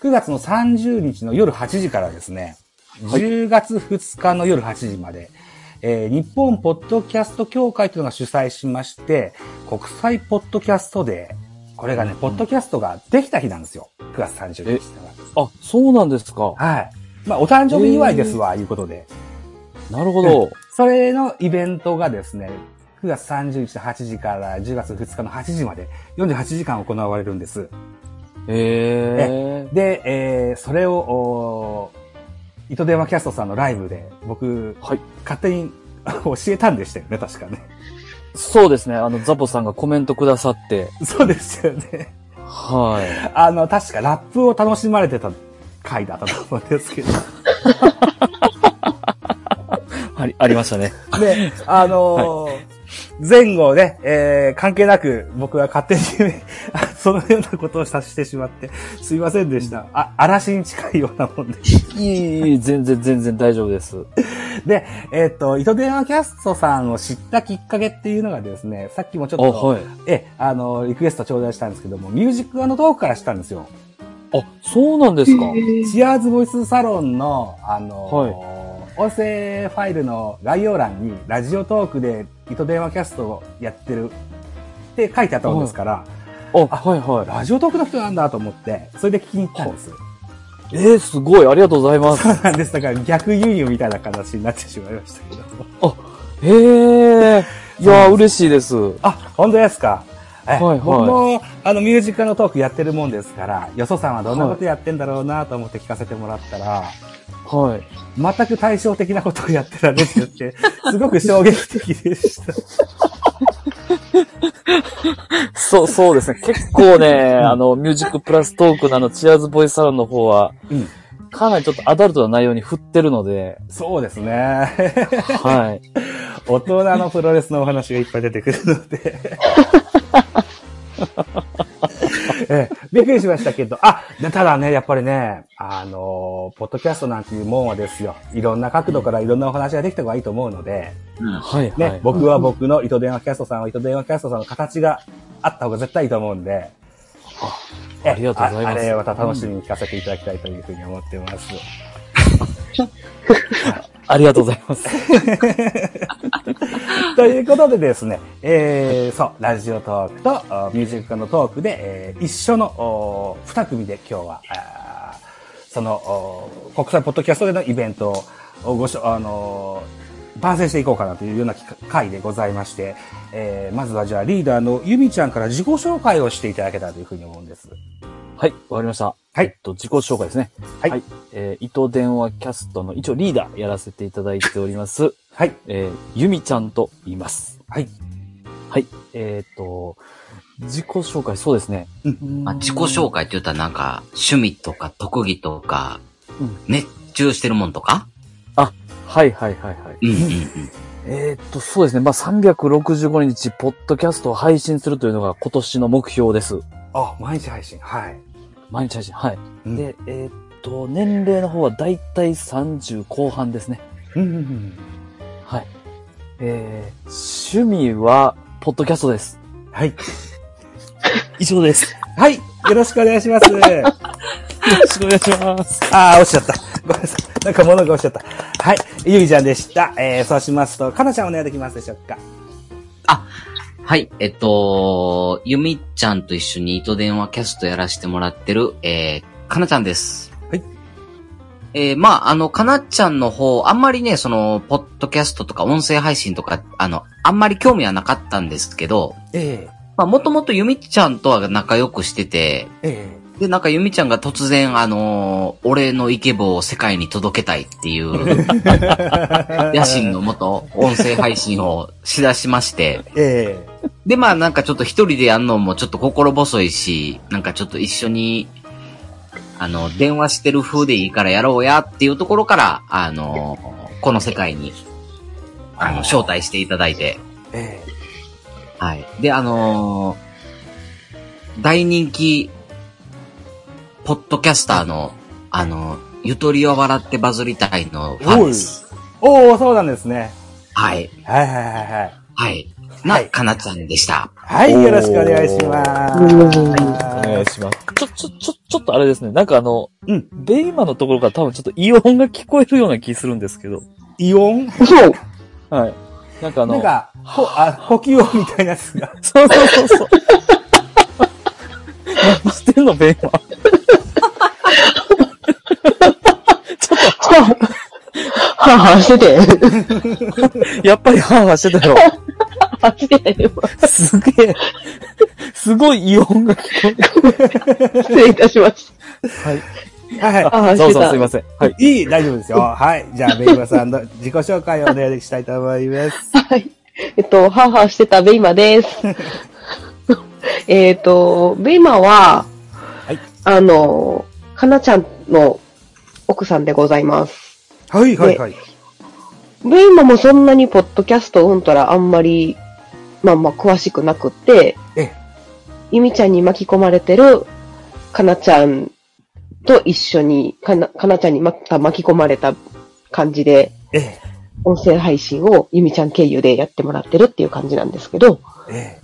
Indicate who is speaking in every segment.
Speaker 1: 9月の30日の夜8時からですね、10月2日の夜8時まで、えー日本ポッドキャスト協会というのが主催しまして、国際ポッドキャストデー。これがね、ポッドキャストができた日なんですよ。9月30日ってのが
Speaker 2: あ、そうなんですか。
Speaker 1: はい。まあ、お誕生日祝いですわ、いうことで。
Speaker 2: なるほど。
Speaker 1: それのイベントがですね、9月30日の8時から10月2日の8時まで、48時間行われるんです。
Speaker 2: ええ
Speaker 1: で、えーそれを、おー糸電話キャストさんのライブで、僕、
Speaker 2: はい
Speaker 1: 勝手に 教えたんでしたよね、確かね。
Speaker 2: そうですね。あの、ザボさんがコメントくださって。
Speaker 1: そうですよね。
Speaker 2: はい。
Speaker 1: あの、確かラップを楽しまれてた回だったと思うんですけ ど。
Speaker 2: あり、ありましたね。
Speaker 1: で、あのー前後ね、えー関係なく僕は勝手に あそのようなことをさせてしまって、すいませんでした。あ、嵐に近いようなもんで。
Speaker 2: いいいいいい、全然、全然大丈夫です。
Speaker 1: で、えっ、と、糸電話キャストさんを知ったきっかけっていうのがですね、さっきもちょっ
Speaker 2: あ、
Speaker 1: と、
Speaker 2: はい。
Speaker 1: え、あの、リクエスト頂戴したんですけども、ミュージックのトークからしたんですよ。
Speaker 2: あ、そうなんですか。
Speaker 1: チアーズボイスサロンの、あの、音声ファイルの概要欄に、ラジオトークで糸電話キャストをやってるって書いてあったもんですから、
Speaker 2: あ、はいは
Speaker 1: ラジオトークの人なんだと思って、それで聞きに行ったんです。
Speaker 2: い。えー、すごい。ありがとうござい ます。
Speaker 1: なんです。だから逆輸入みたいな形になってしまいましたけど。
Speaker 2: ええいやー、嬉しいです。
Speaker 1: あ、本当ですか。え
Speaker 2: はいはい
Speaker 1: 僕も、あの、ミュージカルのトークやってるもんですから、よそさんはどんなことやってんだろうなと思って聞かせてもらったら、
Speaker 2: はい。
Speaker 1: 全く対照的なことをやってられるって、すごく衝撃的でした。
Speaker 2: そう、そうですね。結構ね、あの、ミュージックプラストークのあの、チアーズボイスサロンの方は、
Speaker 1: うん
Speaker 2: かなりちょっとアダルトな内容に振ってるので、
Speaker 1: そうですね。
Speaker 2: はい。
Speaker 1: 大人のプロレスのお話がいっぱい出てくるので。 ええびっくりしましたけど、あ、でただね、やっぱりね、あのーポッドキャストなんていうもんはですよ、いろんな角度からいろんなお話ができた方がいいと思うので、
Speaker 2: はい、
Speaker 1: ね、
Speaker 2: はい。
Speaker 1: 僕は僕の糸電話キャストさんは糸電話キャストさんの形があった方が絶対いいと思うんで、
Speaker 2: ありがとうございます
Speaker 1: ああれ、また楽しみに聞かせていただきたいというふうに思ってます。
Speaker 2: ありがとうございます。
Speaker 1: ということでですね、えー、そう、ラジオトークとあーミュージックのトークで、えー一緒のおー二組で今日は、あーその、おー国際ポッドキャストでのイベントをおごしょ、あのー番宣していこうかなというような企画会でございまして、えーまずはじゃあリーダーのゆみちゃんから自己紹介をしていただけたらというふうに思うんです。
Speaker 2: はい、わかりました。
Speaker 1: はい
Speaker 2: えっと、自己紹介ですね。
Speaker 1: はい
Speaker 2: えー、糸電話キャストの一応リーダーやらせていただいております、
Speaker 1: はい。
Speaker 2: えー、ゆみちゃんと言います。
Speaker 1: はい。
Speaker 2: はい。えーっと、自己紹介、そうですね。
Speaker 1: う
Speaker 3: まあ、自己紹介って言ったらなんか、趣味とか特技とか、
Speaker 2: うん
Speaker 3: 熱中してるもんとか
Speaker 2: はい、はい、はい、はい。
Speaker 3: うんうんうん。
Speaker 2: えーっと、そうですね。まあ、365日、ポッドキャストを配信するというのが今年の目標です。
Speaker 1: あ、毎日配信。はい。
Speaker 2: 毎日配信。はい。
Speaker 1: うん
Speaker 2: で、えーっと、年齢の方はだいたい30後半ですね。
Speaker 1: うんうんうん
Speaker 2: はい。えー、趣味は、ポッドキャストです。
Speaker 1: はい。
Speaker 2: 以上です。よ
Speaker 1: はい。よろしくお願いします。
Speaker 2: ろしくお願いします。
Speaker 1: ああ、落ちちゃった。ごめんなさい。なんか物が落ちちゃった。はい。ゆみちゃんでした。えー、そうしますと、かなちゃんお願いできますでしょうか。
Speaker 3: はい、えっと、ゆみちゃんと一緒に糸電話キャストやらせてもらってる、えー、かなちゃんです。
Speaker 1: はい。
Speaker 3: えー、まあ、あの、かなちゃんの方、あんまりね、その、ポッドキャストとか音声配信とか、あの、あんまり興味はなかったんですけど、
Speaker 1: え
Speaker 3: まあ、もともとゆみちゃんとは仲良くしてて、
Speaker 1: ええ
Speaker 3: で、なんか、ゆみちゃんが突然、あのー俺のイケボを世界に届けたいっていう、
Speaker 1: え
Speaker 3: 野心のもと、音声配信をしだしまして、
Speaker 1: え
Speaker 3: で、まあ、なんかちょっと一人でやんのもちょっと心細いし、なんかちょっと一緒に、あの、電話してる風でいいからやろうやっていうところから、あのーこの世界に、あの、招待していただいて、
Speaker 1: ええ
Speaker 3: はい。で、あのー大人気、ポッドキャスターの、あのーゆとりを笑ってバズりたいのファンです。
Speaker 1: おおそうなんですね。
Speaker 3: はい。
Speaker 1: はいはいはいはい。
Speaker 3: はい。な、
Speaker 1: はい
Speaker 3: かなちゃんでした。
Speaker 1: はい、よろしくお願いします。
Speaker 2: お願いします。ちょ、ちょ、ちょ、ちょっとあれですね。なんかあの、
Speaker 1: うん
Speaker 2: ベイマのところから多分ちょっと異音が聞こえるような気するんですけど。
Speaker 1: イオン
Speaker 4: そう。
Speaker 2: はい。なんかあの、
Speaker 1: なんか、ほ、あ、呼吸音みたいなやつが。
Speaker 2: そうそうそうそう。何してんの、ベイマ。
Speaker 4: はぁ、はぁはぁしてて。
Speaker 2: やっぱりハーハーしてたよ。
Speaker 4: はぁしてて。
Speaker 2: すげえ。すごい異音が聞こえる。
Speaker 4: 失礼いたしまし
Speaker 2: はい。
Speaker 1: はいは
Speaker 4: あハー
Speaker 2: ざわざわ
Speaker 4: してた
Speaker 2: すいません。はい。
Speaker 1: い。いい、大丈夫ですよ。はい。じゃあ、ベイバさんの自己紹介をお願いしたいと思います。
Speaker 4: た。はい。えっと、はぁはぁしてたベイマです。 えっと、ベイマは、
Speaker 1: はい
Speaker 4: あの、かなちゃんの奥さんでございます。
Speaker 1: はいはいはい。
Speaker 4: ベイマもそんなにポッドキャストうんたらあんまり、まあまあ詳しくなくって、
Speaker 1: ええ
Speaker 4: ゆみちゃんに巻き込まれてるかなちゃんと一緒に、かな、かなちゃんにまた巻き込まれた感じで、
Speaker 1: ええ、
Speaker 4: 音声配信をゆみちゃん経由でやってもらってるっていう感じなんですけど、
Speaker 1: え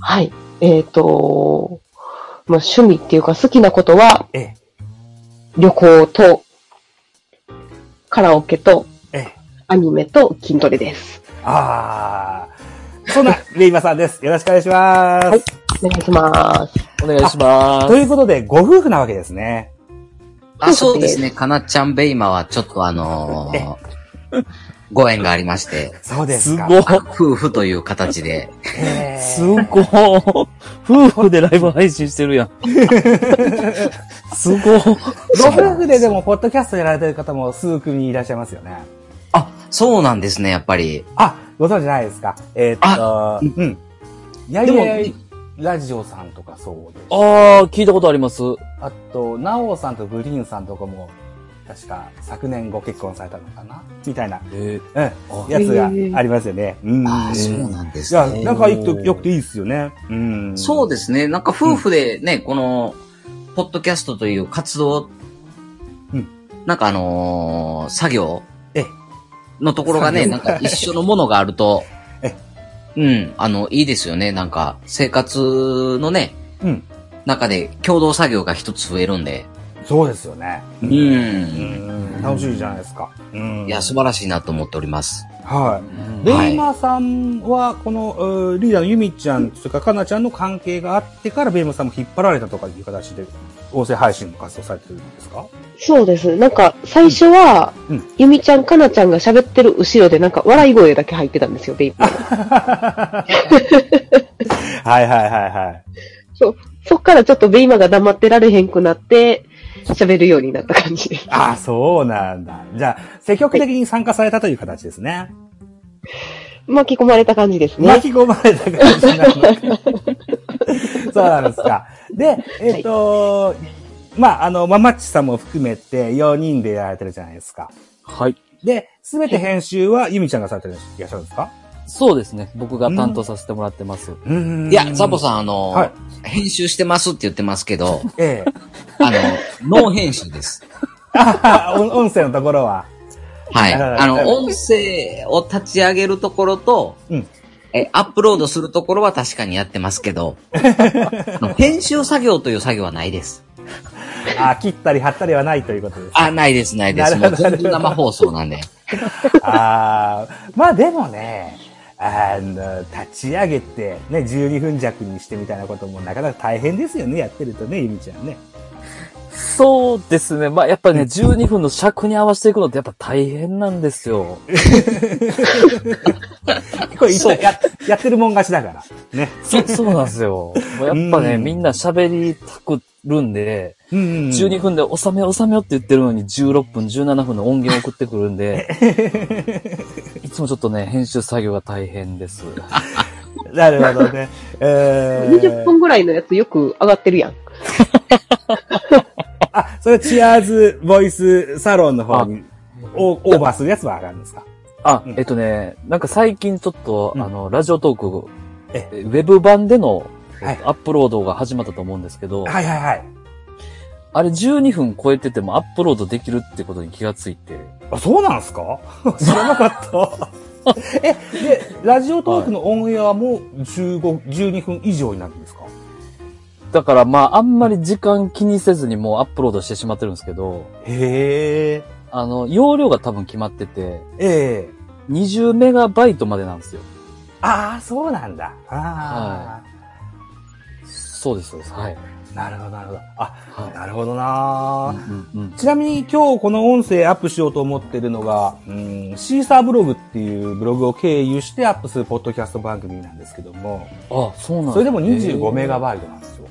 Speaker 4: はい。えっ、と、まあ、趣味っていうか好きなことは、
Speaker 1: え、ええ、
Speaker 4: 旅行と、カラオケと、
Speaker 1: ええ。
Speaker 4: アニメと筋トレです。
Speaker 1: ああ。そんな、ベイバさんです。よろしくお願いします。
Speaker 4: はいお願いします。
Speaker 2: お願いしま。
Speaker 1: ということで、ご夫婦なわけですね。
Speaker 3: あ、そうですね。かなちゃんベイマはちょっとあのー ご縁がありまして、
Speaker 1: そうですす
Speaker 2: す
Speaker 1: か。
Speaker 2: ごい。
Speaker 3: 夫婦という形で、
Speaker 1: ええ
Speaker 2: すごい。夫婦でライブ配信してるや ん。すごい。
Speaker 1: ご夫婦ででも、ポッドキャストやられてる方も数組いらっしゃいますよね。
Speaker 3: あ、そうなんですね、やっぱり。
Speaker 1: あ、ご存知ないですか。えーっと、うん。や
Speaker 3: で
Speaker 1: い
Speaker 3: も
Speaker 1: やいラジオさんとかそうです。
Speaker 2: ああ、聞いたことあります。
Speaker 1: あと、ナオさんとグリーンさんとかも、確か昨年ご結婚されたのかなみたいな、
Speaker 2: え
Speaker 1: うん、
Speaker 2: あ
Speaker 1: やつがありますよね。うん。
Speaker 3: あー
Speaker 1: い
Speaker 3: そうなんです
Speaker 1: や、
Speaker 3: ね。
Speaker 1: 仲良く、良くていいですよね。うん。
Speaker 3: そうですね。なんか夫婦でね、この、ポッドキャストという活動、
Speaker 1: うん
Speaker 3: なんかあのー作業
Speaker 1: ええ
Speaker 3: のところがね、
Speaker 1: 作業
Speaker 3: なんか一緒のものがあると
Speaker 1: え、
Speaker 3: うん、あの、いいですよね。なんか、生活のね、
Speaker 1: うん。
Speaker 3: 中で共同作業が一つ増えるんで、
Speaker 1: そうですよね。う。
Speaker 3: うんん。
Speaker 1: うん楽しいじゃないですか。うん。
Speaker 3: いや、素晴らしいなと思っております。
Speaker 1: はい。
Speaker 2: え
Speaker 3: はい
Speaker 1: ベイマさんは、この、うーリーダーのユミちゃん、それからカナちゃんの関係があってから、ベイマさんも引っ張られたとかいう形で、音声配信の活動されてるんですか
Speaker 4: そうです。なんか、最初は、
Speaker 1: うん
Speaker 4: ゆみちゃん、かなちゃんが喋ってる後ろで、なんか、笑い声だけ入ってたんですよ、ベイビー。
Speaker 1: はいはいはいはい。
Speaker 4: そう。そっからちょっとベイマが黙ってられへんくなって、喋るようになった感じ です。
Speaker 1: ああ、そうなんだ。じゃあ、積極的に参加されたという形ですね。
Speaker 4: 巻き込まれた感じです ね。
Speaker 1: 巻き込まれた感じなの。そうなんですか。で、えっ、と、まあ、あの、ママッチさんも含めて4人でやられてるじゃないですか。
Speaker 2: はい。
Speaker 1: で、すべて編集はユミちゃんがされてるいらっしゃるんですか
Speaker 2: そうですね。僕が担当させてもらってます。
Speaker 3: いや、ザボ
Speaker 1: ん。
Speaker 3: さん、あのー
Speaker 1: はい
Speaker 3: 編集してますって言ってますけど、
Speaker 1: ええ。
Speaker 3: あの、ノー編集です。
Speaker 1: あ音音声のところは。
Speaker 3: はい。
Speaker 1: はい
Speaker 3: あの、音声を立ち上げるところと、
Speaker 1: うん
Speaker 3: え、アップロードするところは確かにやってますけ ど、あの編集作業という作業はないです。
Speaker 1: あ切ったり貼ったりはないということです。
Speaker 3: あ、ないです、ないです。
Speaker 1: な
Speaker 3: も
Speaker 1: る
Speaker 3: う
Speaker 1: ほど
Speaker 3: 全部生放送なん で。
Speaker 1: ああ、まあでもね、あの、立ち上げて、ね、12分弱にしてみたいなこともなかなか大変ですよね、やってるとね、ゆみちゃんね。
Speaker 2: そうですね。まあ、やっぱりね、12分の尺に合わせていくのってやっぱ大変なんですよ。
Speaker 1: これ一応ややってるもん勝ちだから。ね。
Speaker 2: そそうなんです よ。もうやっぱね、
Speaker 1: うん
Speaker 2: みんな喋りたくるんで、
Speaker 1: うん
Speaker 2: 12分で収めよ収めよって言ってるのに16分、17分の音源送ってくる んで、いつもちょっとね、編集作業が大変です。
Speaker 1: なるほど ね。え
Speaker 4: 20
Speaker 1: ー、
Speaker 4: 分ぐらいのやつよく上がってるやん。
Speaker 1: あ、それチアーズボイスサロンの方にオーオーバーするやつは上がるんですか
Speaker 2: あ
Speaker 1: うん、
Speaker 2: えっとね、なんか最近ちょっと、
Speaker 1: うん
Speaker 2: あの、ラジオトーク、
Speaker 1: え
Speaker 2: えウェブ版での、
Speaker 1: はい
Speaker 2: えっとアップロードが始まったと思うんですけど、
Speaker 1: はいはいはい。
Speaker 2: あれ12分超えててもアップロードできるってことに気がついて、
Speaker 1: あ、そうなんすか 知らな かった。え、で、ラジオトークのオンエアも15、12分以上になるんですか
Speaker 2: だからまあ、あんまり時間気にせずにもうアップロードしてしまってるんですけど、
Speaker 1: へえ。
Speaker 2: あの、容量が多分決まってて、
Speaker 1: ええ
Speaker 2: 20メガバイトまでなんですよ。
Speaker 1: ああ、そうなんだ。あ
Speaker 2: そうです、そうです。はい。
Speaker 1: あ、なるほど、なるほど。あ、
Speaker 2: は
Speaker 1: なるほどなー、
Speaker 2: い。うんうん
Speaker 1: ちなみに今日この音声アップしようと思ってるのが、うん、シーサーブログっていうブログを経由してアップするポッドキャスト番組なんですけども、
Speaker 2: あ、そうなん
Speaker 1: それでも25メガ
Speaker 2: バ
Speaker 1: バイトなんですよ。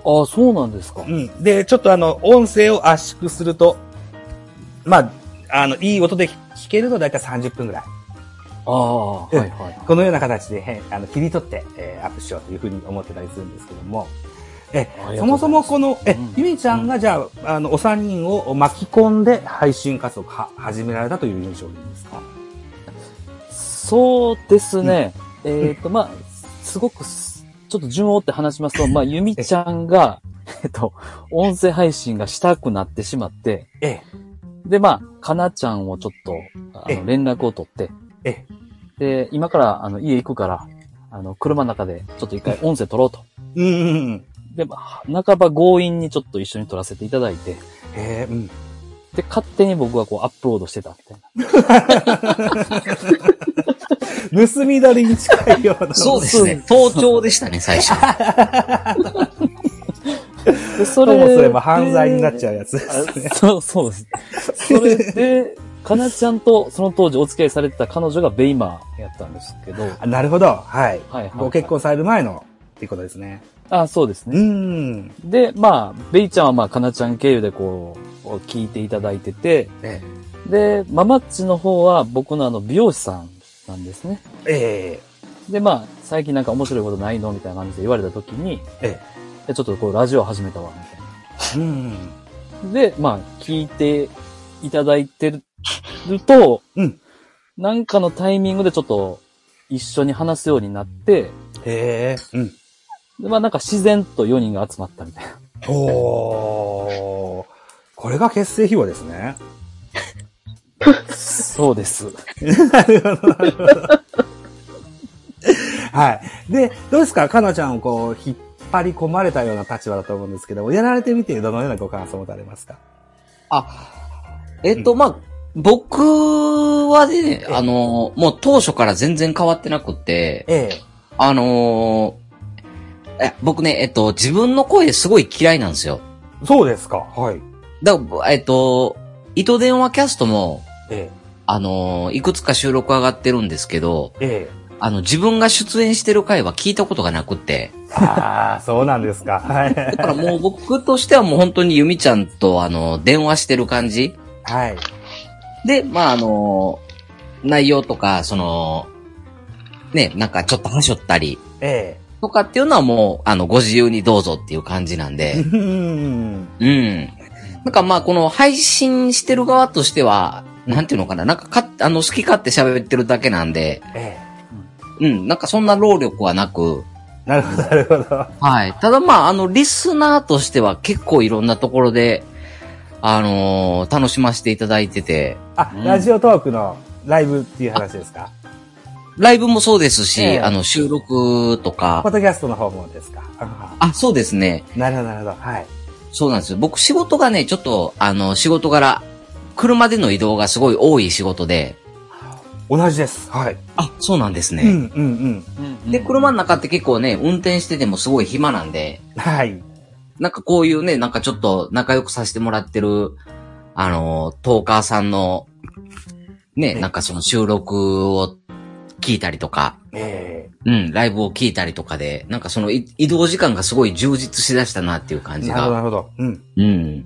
Speaker 2: イト。あ、そうなんですか。
Speaker 1: うん。で、ちょっとあの、音声を圧縮すると、まあ、あの、いい音で聞けるとだいたい30分ぐらい。
Speaker 2: ああ、はいはいはい。
Speaker 1: このような形で変、あの、切り取って、えーアップしようというふうに思ってたりするんですけども、え
Speaker 2: ありがとうございます
Speaker 1: そもそもこの、え
Speaker 2: うん、
Speaker 1: ゆみちゃんが、じゃあ、あの、お三人を巻き込んで配信活動をは始められたという印象でいいですか
Speaker 2: そうですね。えっ、と、まあ、すごくす、ちょっと順を追って話しますと、まあ、ゆみちゃんが、えっと、音声配信がしたくなってしまって、
Speaker 1: ええ、
Speaker 2: で、まあ、かなちゃんをちょっと、あ
Speaker 1: ええ
Speaker 2: の、連絡を取って、
Speaker 1: ええ、
Speaker 2: で、今から、あの、家行くから、あの、車の中で、ちょっと一回音声取ろうと。
Speaker 1: うんうんうん。
Speaker 2: で、まあ半ば強引にちょっと一緒に撮らせていただいて、
Speaker 1: ええ、うん。
Speaker 2: で、勝手に僕はこう、アップロードしてたみたいな。
Speaker 1: 盗み取りに近いよ うな。
Speaker 3: そうですね。盗聴でしたね、最 初。
Speaker 2: で、そ
Speaker 1: と
Speaker 2: れ
Speaker 1: もすれば犯罪になっち
Speaker 2: ゃう
Speaker 1: ゃうやつですね。
Speaker 2: あ そう、そうです。それで、かなちゃんと、その当時お付き合いされてた彼女がベイマーやったんですけど、はい
Speaker 1: あなるほど。はい。
Speaker 2: はい、はい。
Speaker 1: ご結婚される前の、っていうことですね。
Speaker 2: あ、そうです
Speaker 1: う
Speaker 2: ね。
Speaker 1: ん。
Speaker 2: で、まあ、ベイちゃんはまあ、かなちゃん経由でこう、聞いていただいてて、
Speaker 1: え
Speaker 2: で、ママッチの方は僕のあの、美容師さんなんですね。
Speaker 1: え、え
Speaker 2: で、まあ、最近なんか面白いことないのみたいな感じで言われた時に、
Speaker 1: え、え
Speaker 2: いやちょっとこう、ラジオ始めたわ、みたいな。
Speaker 1: え、うん。
Speaker 2: で、まあ、聞いていただいてると、
Speaker 1: うん
Speaker 2: なんかのタイミングでちょっと一緒に話すようになって、
Speaker 1: ええ、うん。
Speaker 2: でまあなんか自然と4人が集まったみた いな。
Speaker 1: おー。これが結成秘話ですね。
Speaker 2: そうです。
Speaker 1: はい。で、どうですかかなちゃんをこう、引っ張り込まれたような立場だと思うんですけど、やられてみてどのようなご感想を持たれますか
Speaker 3: えっと、まあ、僕はね、あの、もう当初から全然変わってなくて、
Speaker 1: え
Speaker 3: あのーえ僕ね、えっと、自分の声すごい嫌いなんですよ。
Speaker 1: え。そうですかはい。
Speaker 3: だから、えっと、糸電話キャストも、
Speaker 1: え
Speaker 3: あのーいくつか収録上がってるんですけど、
Speaker 1: え、ええ。
Speaker 3: あの、自分が出演してる回は聞いたことがなくって、
Speaker 1: ああ、 そうなんですか。はい。
Speaker 3: だからもう僕としてはもう本当にゆみちゃんとあの、電話してる感じ
Speaker 1: はい。
Speaker 3: で、まああの、内容とか、その、ね、なんかちょっとはしょったり
Speaker 1: え
Speaker 3: とかっていうのはもう、あの、ご自由にどうぞっていう感じなん
Speaker 1: え。う
Speaker 3: で、
Speaker 1: ん。
Speaker 3: うん。なんかまあこの配信してる側としては、なんていうのかな、なんかか、あの、好き勝手喋ってるだけなんで、
Speaker 1: ええ。
Speaker 3: うん、なんかそんな労力はなく、
Speaker 1: なるほど、なるほど。
Speaker 3: はい。ただまあ、あの、リスナーとしては結構いろんなところで、あのー楽しませていただいてて、
Speaker 1: あ、
Speaker 2: うん
Speaker 1: ラジオトークのライブっていう話ですか
Speaker 3: ライブもそうですし、
Speaker 1: ええ
Speaker 3: あの、収録
Speaker 1: ポ
Speaker 3: と
Speaker 1: ッド
Speaker 3: か、
Speaker 1: キャストの方もですかあ
Speaker 3: あ、そうですね。
Speaker 1: なるほど、なるほど。はい。
Speaker 3: そうなんですよ。僕仕事がね、ちょっと、あの、仕事柄、車での移動がすごい多い仕事で、
Speaker 1: 同じです。はい。
Speaker 3: あ、そうなんです
Speaker 1: うん、う
Speaker 3: ね。
Speaker 1: ん、うん。
Speaker 3: で、車の中って結構ね、運転しててもすごい暇なんで、
Speaker 1: はい。
Speaker 3: なんかこういうね、なんかちょっと仲良くさせてもらってる、あの、トーカーさんの、ね、
Speaker 1: ね
Speaker 3: なんかその収録を聞いたりとか、
Speaker 1: え
Speaker 3: うん、ライブを聞いたりとかで、なんかそのい移動時間がすごい充実しだしたなっていう
Speaker 1: え
Speaker 3: 感じ
Speaker 1: なるほど、なるほ
Speaker 3: が、
Speaker 1: ど。うん。
Speaker 3: うん、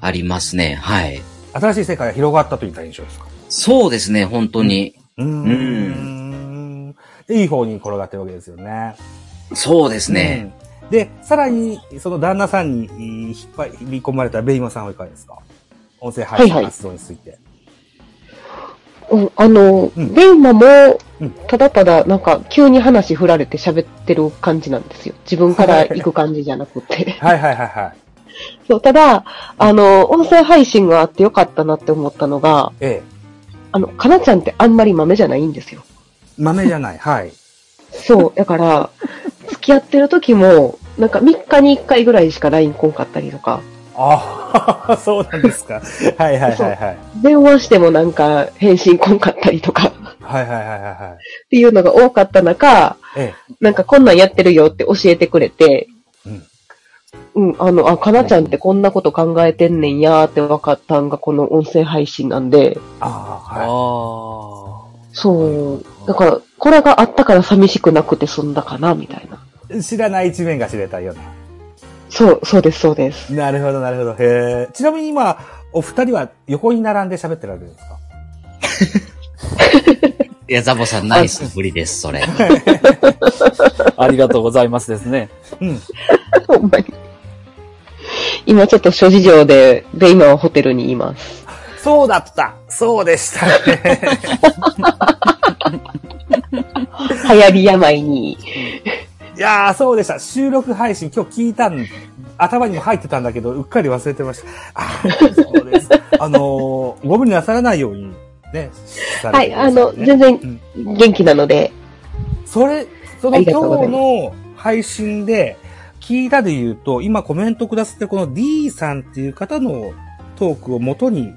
Speaker 3: ありますね。はい。
Speaker 1: 新しい世界が広がったといった印象ですか
Speaker 3: そうですね、本当に。
Speaker 1: うーん。いい方に転がってるわけですよね。
Speaker 3: そうですね。
Speaker 1: うん。で、さらに、その旦那さんに引っ張り込まれたベイマさんはいかがですか音声配信活動について。
Speaker 4: うん、あの、
Speaker 1: うん
Speaker 4: レイマも
Speaker 1: うん、
Speaker 4: ただただ、なんか、急に話振られて喋ってる感じなんですよ。自分から行く感じじゃなく て。
Speaker 1: はいはいはいはい。
Speaker 4: そう、ただ、あの、音声配信があってよかったなって思ったのが、
Speaker 1: ええ。
Speaker 4: あの、かなちゃんってあんまり豆じゃないんですよ。
Speaker 1: 豆じゃない。はい。
Speaker 4: そう、だから、付き合ってる時も、なんか3日に1回ぐらいしか LINE 来んかったりとか、
Speaker 1: ああ、 そうなんですか。はいはいはいはい。
Speaker 4: 電話してもなんか返信来んかったりとかっ
Speaker 1: はいはいはいはいはい。
Speaker 4: ていうのが多かった中、
Speaker 1: え
Speaker 4: なんかこんなんやってるよって教えてくれて、
Speaker 1: うん
Speaker 4: うん。あの、あ、かなちゃんってこんなこと考えてんねんやーって分かったんがこの音声配信なんで、
Speaker 1: え。ああ、
Speaker 2: あ
Speaker 1: はい。
Speaker 2: あ。
Speaker 4: そう。だから、これがあったから寂しくなくて済んだかな、みたいな。
Speaker 1: 知らない一面が知れたような。
Speaker 4: そう、そうです、そうです。
Speaker 1: なるほど、なるほど。へえ。ちなみに今、お二人は横に並んで喋ってるわけですか
Speaker 3: いや、ザボさん、ナイスぶりです、それ。
Speaker 2: ありがとうございますですね。
Speaker 1: うん。
Speaker 4: ほんまに。今ちょっと諸事情で、で、今はホテルにいます。
Speaker 1: そうだったそうでしたね。
Speaker 4: 流行り病に。
Speaker 1: いやー、そうでした。収録配信、今日聞いたん、頭にも入ってたんだけど、うっかり忘れてました。あーそうです。あのー、ご無理なさらないように、ね。さ
Speaker 4: は
Speaker 1: れ
Speaker 4: い、
Speaker 1: てく
Speaker 4: あ
Speaker 1: ださ
Speaker 4: の、
Speaker 1: ね
Speaker 4: 全
Speaker 1: う
Speaker 4: 然
Speaker 1: ん
Speaker 4: 元気なので、
Speaker 1: それ、その今
Speaker 4: あり
Speaker 1: 日
Speaker 4: がとうございま
Speaker 1: の配信で、聞いたで言うと、今コメントくださってるこの D さんっていう方のトークを元に、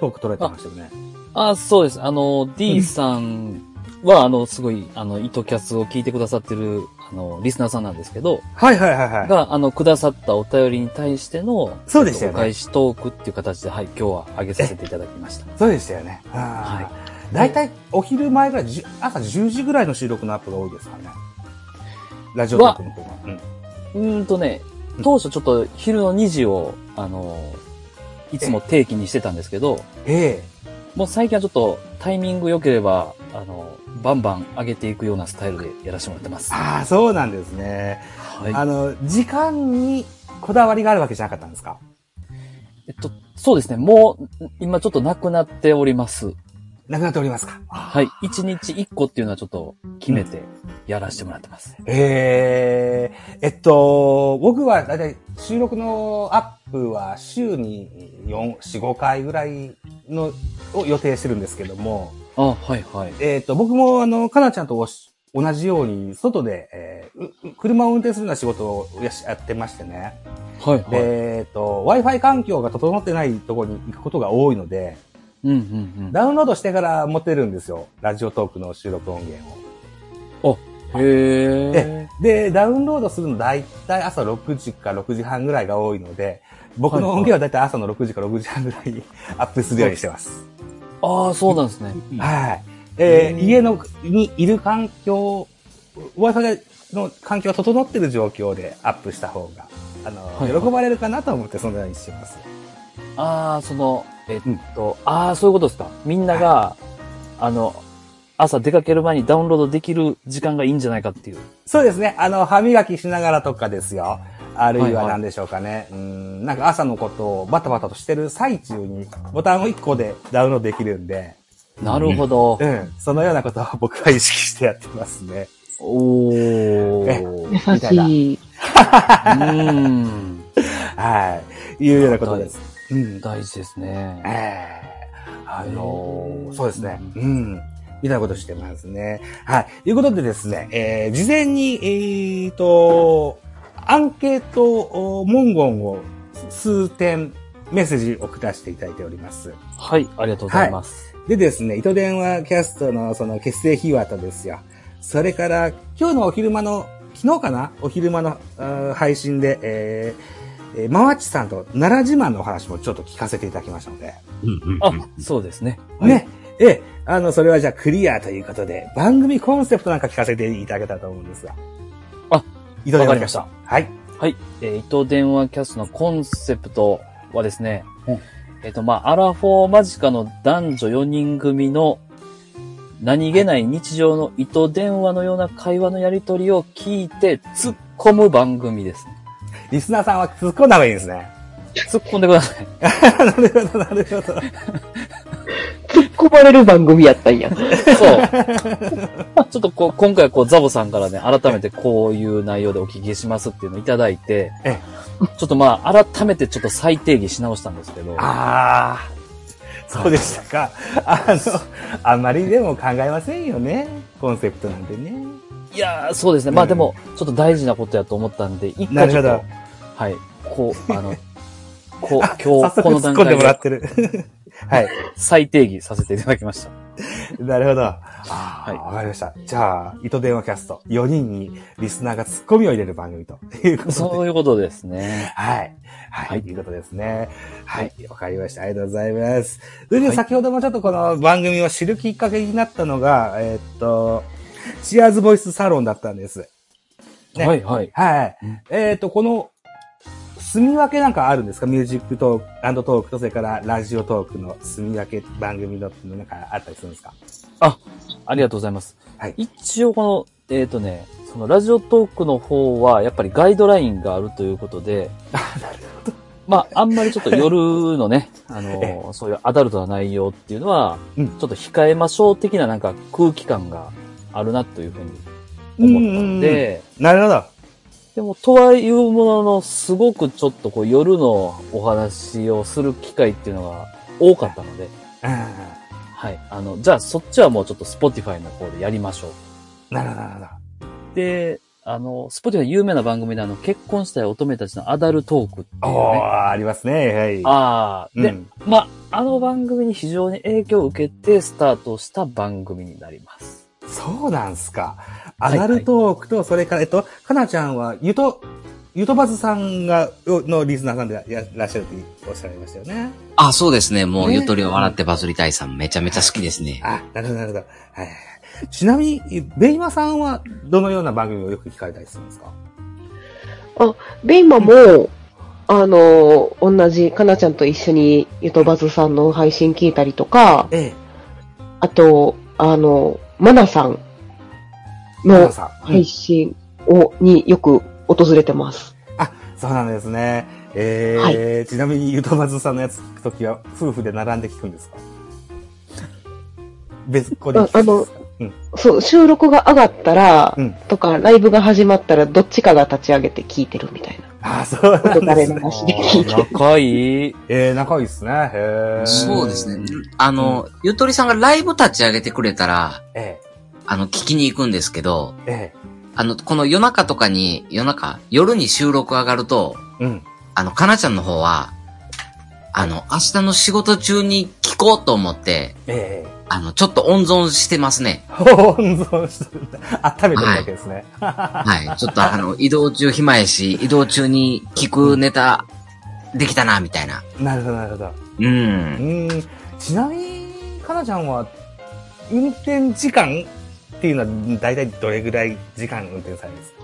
Speaker 1: トーク取られてましたよね。
Speaker 2: あそうです。あの、D さんは、あの、すごい、あの、糸キャスを聞いてくださってる、あの、リスナーさんなんですけど、
Speaker 1: はいはいはいはい。
Speaker 2: が、あの、くださったお便りに対しての、
Speaker 1: そうでしたよね
Speaker 2: お返しトークっていう形で、はい、今日は上げさせていただきました。
Speaker 1: そうでしたよね。は。
Speaker 2: はい
Speaker 1: だいたいお昼前ぐらい、じゅ朝10時ぐらいの収録のアップが多いですからね。ラジオトークの方が。うん
Speaker 2: うーんとね、当初ちょっと昼の2時を、あの、いつも定期にしてたんですけど、
Speaker 1: ええ。
Speaker 2: もう最近はちょっとタイミング良ければ、あの、バンバン上げていくようなスタイルでやらせてもらってます。
Speaker 1: あ
Speaker 2: は
Speaker 1: あ、そうなんですね。
Speaker 2: い。
Speaker 1: あの、時間にこだわりがあるわけじゃなかったんですか
Speaker 2: えっと、そうですね。もう、今ちょっとなくなっております。
Speaker 1: なくなっておりますか
Speaker 2: はい。一日一個っていうのはちょっと決めてやらせてもらってます。
Speaker 1: えええっと、僕はだいたい収録のアップは週に4、4、5回ぐらいのを予定してるんですけども、
Speaker 2: あ、はいはい。
Speaker 1: えっと、僕もあの、かなちゃんとおし同じように、外で、えーう車を運転するような仕事をやしやってましてね。
Speaker 2: はい
Speaker 1: で
Speaker 2: はい。
Speaker 1: えっと、Wi-Fi 環境が整ってないところに行くことが多いので、
Speaker 2: うんうん
Speaker 1: ダウンロードしてから持ってるんですよ。ラジオトークの収録音源を。
Speaker 2: うん。へえ。
Speaker 1: で、ダウンロードするの大体朝6時か6時半ぐらいが多いので、僕の音源は大体朝の6時か6時半ぐらいにアップするようにしてます。
Speaker 2: ああ、そうなんですね。
Speaker 1: はい。えー
Speaker 2: うん
Speaker 1: 家の、にいる環境、Wi-Fi の環境が整ってる状況でアップした方が、あの、
Speaker 2: いはい
Speaker 1: 喜ばれるかなと思ってそのようにしてます。
Speaker 2: ああ、その、えっと、ああ、そういうことですか。みんなが、あの、朝出かける前にダウンロードできる時間がいいんじゃないかっていう。
Speaker 1: そうですね。あの、歯磨きしながらとかですよ。あるい
Speaker 2: はいは
Speaker 1: はい何でしょうかね。うん、なんか朝のことをバタバタとしてる最中に、ボタンを1個でダウンロードできるんで、
Speaker 2: なるほど。
Speaker 1: うん。そのようなことは僕は意識してやってますね。
Speaker 2: お
Speaker 1: え
Speaker 2: ー。
Speaker 4: 優
Speaker 1: みたいな
Speaker 4: しい。
Speaker 2: うん。
Speaker 1: はい。いうようなことです。うん。
Speaker 2: 大事です
Speaker 1: え
Speaker 2: ね。
Speaker 1: えあの
Speaker 2: う
Speaker 1: ー
Speaker 2: ん
Speaker 1: そうですね。うん。みたいなことしてますね。はい。ということでですね、えー、事前に、えーと、アンケートお文言を数点メッセージ送らせていただいております。
Speaker 2: はい、ありがとうございます。
Speaker 1: でですね、糸電話キャストのその結成秘話とですよ。それから、今日のお昼間の、昨日かなお昼間のあー配信で、えーえー、まわっちさんと奈良自慢のお話もちょっと聞かせていただきましたので。
Speaker 3: うんうん
Speaker 2: あ
Speaker 3: うん、
Speaker 2: そうですね。
Speaker 1: ね。ええ、あの、それはじゃあクリアということで、番組コンセプトなんか聞かせていただけたらと思うんですが。
Speaker 2: あ、
Speaker 1: 糸電話
Speaker 2: わかり
Speaker 1: キャ
Speaker 2: ま
Speaker 1: ス
Speaker 2: し
Speaker 1: ト
Speaker 2: た。
Speaker 1: はい。
Speaker 2: はい。えー、糸電話キャストのコンセプトはですね、
Speaker 1: うん
Speaker 2: えっ、と、まあ、アラフォー間近の男女4人組の何気ない日常の糸電話のような会話のやりとりを聞いて突っ込む番組ですね。
Speaker 1: リスナーさんは突っ込んだ方がいいですね。
Speaker 2: 突っ込んでください。
Speaker 1: なるほど、なるほど。
Speaker 4: 突っ込まれる番組やったんや。
Speaker 2: そう。ちょっとこう、 今回はこう、ザボさんからね、改めてこういう内容でお聞きしますっていうのをいただいて
Speaker 1: ええ、
Speaker 2: ちょっとまあ、改めてちょっと再定義し直したんですけど、
Speaker 1: ああ。そうでしたか。あの、あんまりでも考えませんよね。コンセプトなんてね。
Speaker 2: いやー、そうですね。まあでも、ちょっと大事なことやと思ったんで、一
Speaker 1: な
Speaker 2: 回
Speaker 1: る
Speaker 2: ちょ
Speaker 1: ほ
Speaker 2: っと
Speaker 1: ど、
Speaker 2: はい、こう、あの、 こう、今
Speaker 1: 早
Speaker 2: 日、
Speaker 1: 速
Speaker 2: この
Speaker 1: 突っ込
Speaker 2: 段
Speaker 1: んで
Speaker 2: 階
Speaker 1: もら
Speaker 2: で
Speaker 1: ってる。はい。
Speaker 2: 再定義させていただきました。
Speaker 1: なるほど。ああ、
Speaker 2: はい
Speaker 1: わかりました。じゃあ、糸電話キャスト、4人にリスナーがツッコミを入れる番組という ことで。
Speaker 2: そういうことですね。
Speaker 1: はい。はい。
Speaker 2: はい
Speaker 1: ということですね。は。
Speaker 2: はい
Speaker 1: わ、かりました。ありがとうございます。それでは
Speaker 2: はい
Speaker 1: 先ほどもちょっとこの番組を知るきっかけになったのが、えーっと、チアーズボイスサロンだったんです。ね
Speaker 2: はい、はい。
Speaker 1: はい
Speaker 2: うん。
Speaker 1: えーっと、この、住み分けなんかあるんですかミュージックトーク、トークと、それからラジオトークの住み分け番組のっていうのなんかあったりするんですか
Speaker 2: ありがとうございます。
Speaker 1: はい
Speaker 2: 一応この、えっ、とね、そのラジオトークの方は、やっぱりガイドラインがあるというこ とで、まあ、あんまりちょっと夜 のね、あの、そういうアダルトな内容っていうのは、ち
Speaker 1: う
Speaker 2: ょ
Speaker 1: ん
Speaker 2: っと控えましょう的ななんか空気感があるなというふうに思ったん
Speaker 1: うんうん
Speaker 2: で、
Speaker 1: なるほど。
Speaker 2: でも、とはいうものの、すごくちょっとこう夜のお話をする機会っていうのが多かったので、
Speaker 1: うん
Speaker 2: はい。あの、じゃあそっちはもうちょっと Spotify の方でやりましょう。
Speaker 1: なるほど、なるほど。
Speaker 2: で、あの、スポティファイ有名な番組で、あの、結婚したい乙女たちのアダルトークっていう
Speaker 1: お
Speaker 2: ね。
Speaker 1: ー、ありますね。はい。
Speaker 2: ああ、
Speaker 1: う
Speaker 2: で、
Speaker 1: ん、
Speaker 2: まあ、あの番組に非常に影響を受けてスタートした番組になります。
Speaker 1: そうなんすか。ア
Speaker 2: はい
Speaker 1: ダルトークと、それから、えっと、かなちゃんは、ゆと、ゆとばずさんが、のリスナーさんでいらいらっしゃるっておっしゃいましたよね。
Speaker 3: あ、そうですね。もう、
Speaker 1: ね
Speaker 3: ゆとりを笑ってバズりたいさんめちゃめちゃ好きですね。
Speaker 1: あ、なるほど、なるほど。はい。ちなみに、ベイマさんは、どのような番組をよく聞かれたりするんですか
Speaker 4: ベイマも、あの、同じ、かなちゃんと一緒に、ゆとばずさんの配信聞いたりとか、
Speaker 1: ええ。
Speaker 4: あと、あの、まなさん
Speaker 1: マ
Speaker 4: の
Speaker 1: ナさん。
Speaker 4: 配信を、によく訪れてます。
Speaker 1: そうなんですね。えーちなみに、ゆとばずさんのやつ聞くときは、夫婦で並んで聞くんですか別個で聞くんですかうん。
Speaker 4: そう、収録が上がったら、
Speaker 1: うん
Speaker 4: とか、ライブが始まったら、どっちかが立ち上げて聞いてるみたい な。
Speaker 1: あ、そうなんですね。
Speaker 4: 足で聞いてる。
Speaker 2: 仲いい。
Speaker 1: えー、仲いいっすね。へー
Speaker 3: そうですね。あの、ゆとりさんがライブ立ち上げてくれたら、
Speaker 1: え
Speaker 3: あの、聞きに行くんですけど、
Speaker 1: え、え
Speaker 3: あの、この夜中とかに、夜中、夜に収録上がると、
Speaker 1: え、うん。
Speaker 3: あの、かなちゃんの方は、あの、明日の仕事中に聞こうと思って、
Speaker 1: ええ。
Speaker 3: あの、ちょっと温存してますね。
Speaker 1: 温存しとるんだ。温めてるだけですね。
Speaker 3: はい。ちょっとあの、移動中暇やし、移動中に聞くネタ、できたな、みたいな。
Speaker 1: なるほど、なるほど。
Speaker 3: う。
Speaker 1: うんーん。ちなみに、かなちゃんは、運転時間っていうのは、だいたいどれぐらい時間運転されるんですか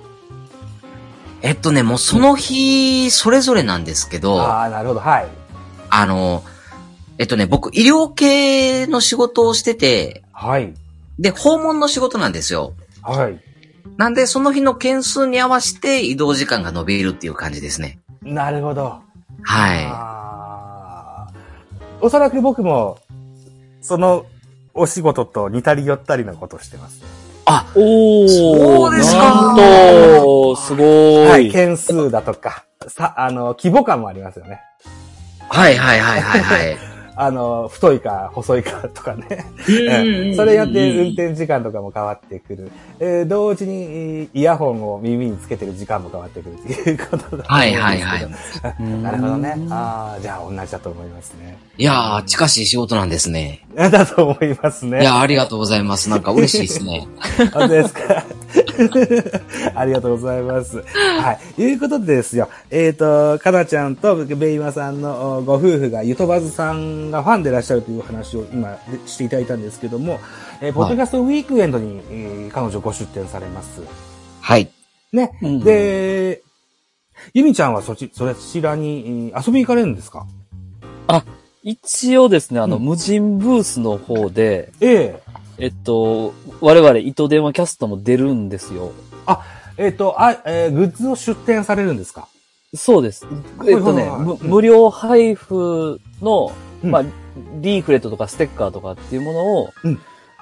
Speaker 3: えっとね、もうその日、それぞれなんですけど、
Speaker 1: ああ、なるほど、はい。
Speaker 3: あの、えっとね、僕、医療系の仕事をしてて、
Speaker 1: はい。
Speaker 3: で、訪問の仕事なんですよ。
Speaker 1: はい。
Speaker 3: なんで、その日の件数に合わせて移動時間が伸びるっていう感じですね。
Speaker 1: なるほど。
Speaker 3: は
Speaker 1: あーおそらく僕も、その、お仕事と似たり寄ったりのことをしてます。
Speaker 2: おー。
Speaker 3: そうですか
Speaker 2: なんと、すごーい。
Speaker 1: はい、件数だとか、さ、あの、規模感もありますよね。
Speaker 3: い。はいはいはいはいはい。
Speaker 1: あの、太いか細いかとかね。
Speaker 3: う ん
Speaker 1: それによって運転時間とかも変わってくる。えー同時にえーイヤホンを耳につけてる時間も変わってくるっていうことだと思うんですけど。
Speaker 3: はいはいはい
Speaker 1: なるほどね。ああ、じゃあ同じだと思いますね。
Speaker 3: いやー、近しい仕事なんですね。
Speaker 1: だと思いますね。
Speaker 3: いやー、ありがとうございます。なんか嬉しいですね。
Speaker 1: 本当ですか ありがとうございます。はい。いうことでですよ。えっ、と、かなちゃんとベイマさんのおご夫婦が、ゆとばずさんがファンでいらっしゃるという話を今でしていただいたんですけども、えーポッドキャストウィークエンドに、えー彼女ご出展されます。
Speaker 3: はい。
Speaker 1: ね。
Speaker 2: うん
Speaker 1: で、ゆみちゃんはそち、そちらにえー遊びに行かれるんですか
Speaker 2: 一応ですね、あの、
Speaker 1: うん
Speaker 2: 無人ブースの方で、
Speaker 1: ええ
Speaker 2: えっと、我々、糸電話キャストも出るんですよ。
Speaker 1: えっ、と、あ、えーグッズを出展されるんですか
Speaker 2: そうです。えっとね
Speaker 1: はいはい、はい
Speaker 2: む
Speaker 1: うん
Speaker 2: 無料配布の、
Speaker 1: うん
Speaker 2: まあ、リーフレットとかステッカーとかっていうものを、
Speaker 1: うん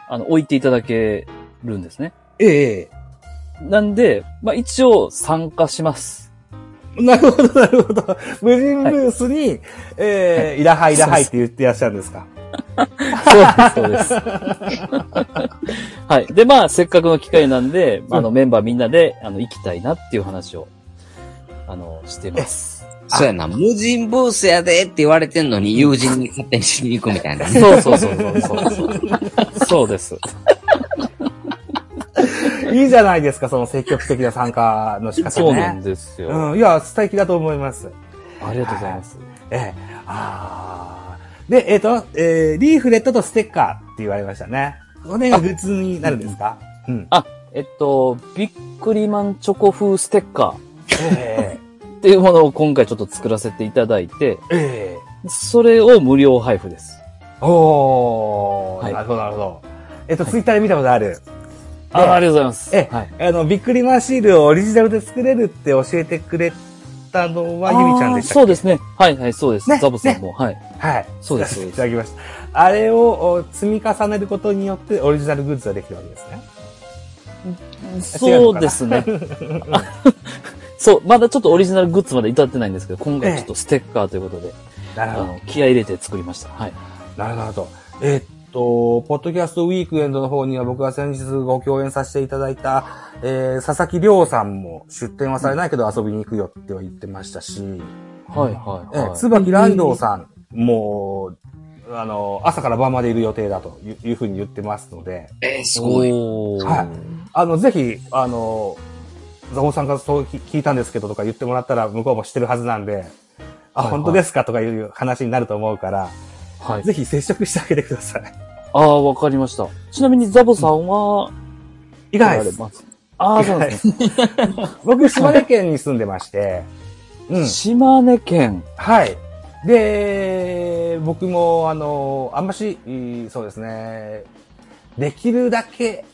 Speaker 2: あの、置いていただけるんですね。
Speaker 1: ええ
Speaker 2: なんで、まあ、一応参加し ます。
Speaker 1: なるほど、なるほど。無人ブースに、えー、いらはいらはいって言ってらっしゃるんですか。
Speaker 2: そうです、そうです。はい。で、まあ、せっかくの機会なんで、あの、メンバーみんなで、あの、行きたいなっていう話を、あの、してます。
Speaker 3: そうやな、無人ブースやでって言われてんのに友人に勝手にしに行くみたいな。
Speaker 2: そうそうそうそうそうそう。そうです。
Speaker 1: いいじゃないですか、その積極的な参加の仕方ね。
Speaker 2: そうなんですよ。
Speaker 1: うん、いや、素敵だと思います。
Speaker 2: ありがとうございます。
Speaker 1: ええ、あーで、えっ、と、えーリーフレットとステッカーって言われましたね。これがグッズになるんですかうん。
Speaker 2: えっと、ビックリマンチョコ風ステッカ
Speaker 1: え
Speaker 2: ーっていうものを今回ちょっと作らせていただいて、
Speaker 1: え、え
Speaker 2: それを無料配布です。
Speaker 1: え、おー、
Speaker 2: はい
Speaker 1: なるほど、なるほど。えっ、と、ツイッターで見たことある。
Speaker 2: あ
Speaker 1: ええ
Speaker 2: ありがとうございます。
Speaker 1: ええ
Speaker 2: はい。
Speaker 1: あの、ビックリマンシールをオリジナルで作れるって教えてくれたのはゆみちゃんでしたっけ
Speaker 2: そうですね。はいはい、そうです。
Speaker 1: ね
Speaker 2: ザボさんも、はい。
Speaker 1: はい。
Speaker 2: そうですそう
Speaker 1: い
Speaker 2: です
Speaker 1: ただきました。あれをお積み重ねることによってオリジナルグッズができるわけですね。
Speaker 2: そうですね。 そう、まだちょっとオリジナルグッズまで至ってないんですけど、今回ちょっとステッカーということで、
Speaker 1: なる
Speaker 2: あ
Speaker 1: ほど。
Speaker 2: の、気合い入れて作りました。はい。
Speaker 1: なるほど。えーっと、ポッドキャストウィークエンドの方には僕が先日ご共演させていただいた、えー、佐々木亮さんも出店はされないけど遊びに行くよっては言ってましたし、
Speaker 2: はいはい
Speaker 1: えー
Speaker 2: はい。
Speaker 1: 椿ライドウさんも、あの、朝から晩までいる予定だといういうふうに言ってますので、
Speaker 3: えー、すごい。
Speaker 2: おー
Speaker 1: はいあの、ぜひ、あの、ザボさんからそう聞聞いたんですけどとか言ってもらったら向こうも知ってるはずなんで、あ、
Speaker 2: はいはい
Speaker 1: 本当ですかとかいう話になると思うから、
Speaker 2: はい。
Speaker 1: ぜひ接触してあげてください。
Speaker 2: ああ、わかりました。ちなみにザボさんは、
Speaker 1: い
Speaker 2: 行
Speaker 1: かがです
Speaker 2: ます。ああ、そうなんですね。
Speaker 1: 僕、島根県に住んでまして、うん。
Speaker 2: 島根県。
Speaker 1: はい。で、僕も、あの、あんまし、いいそうですね、できるだけ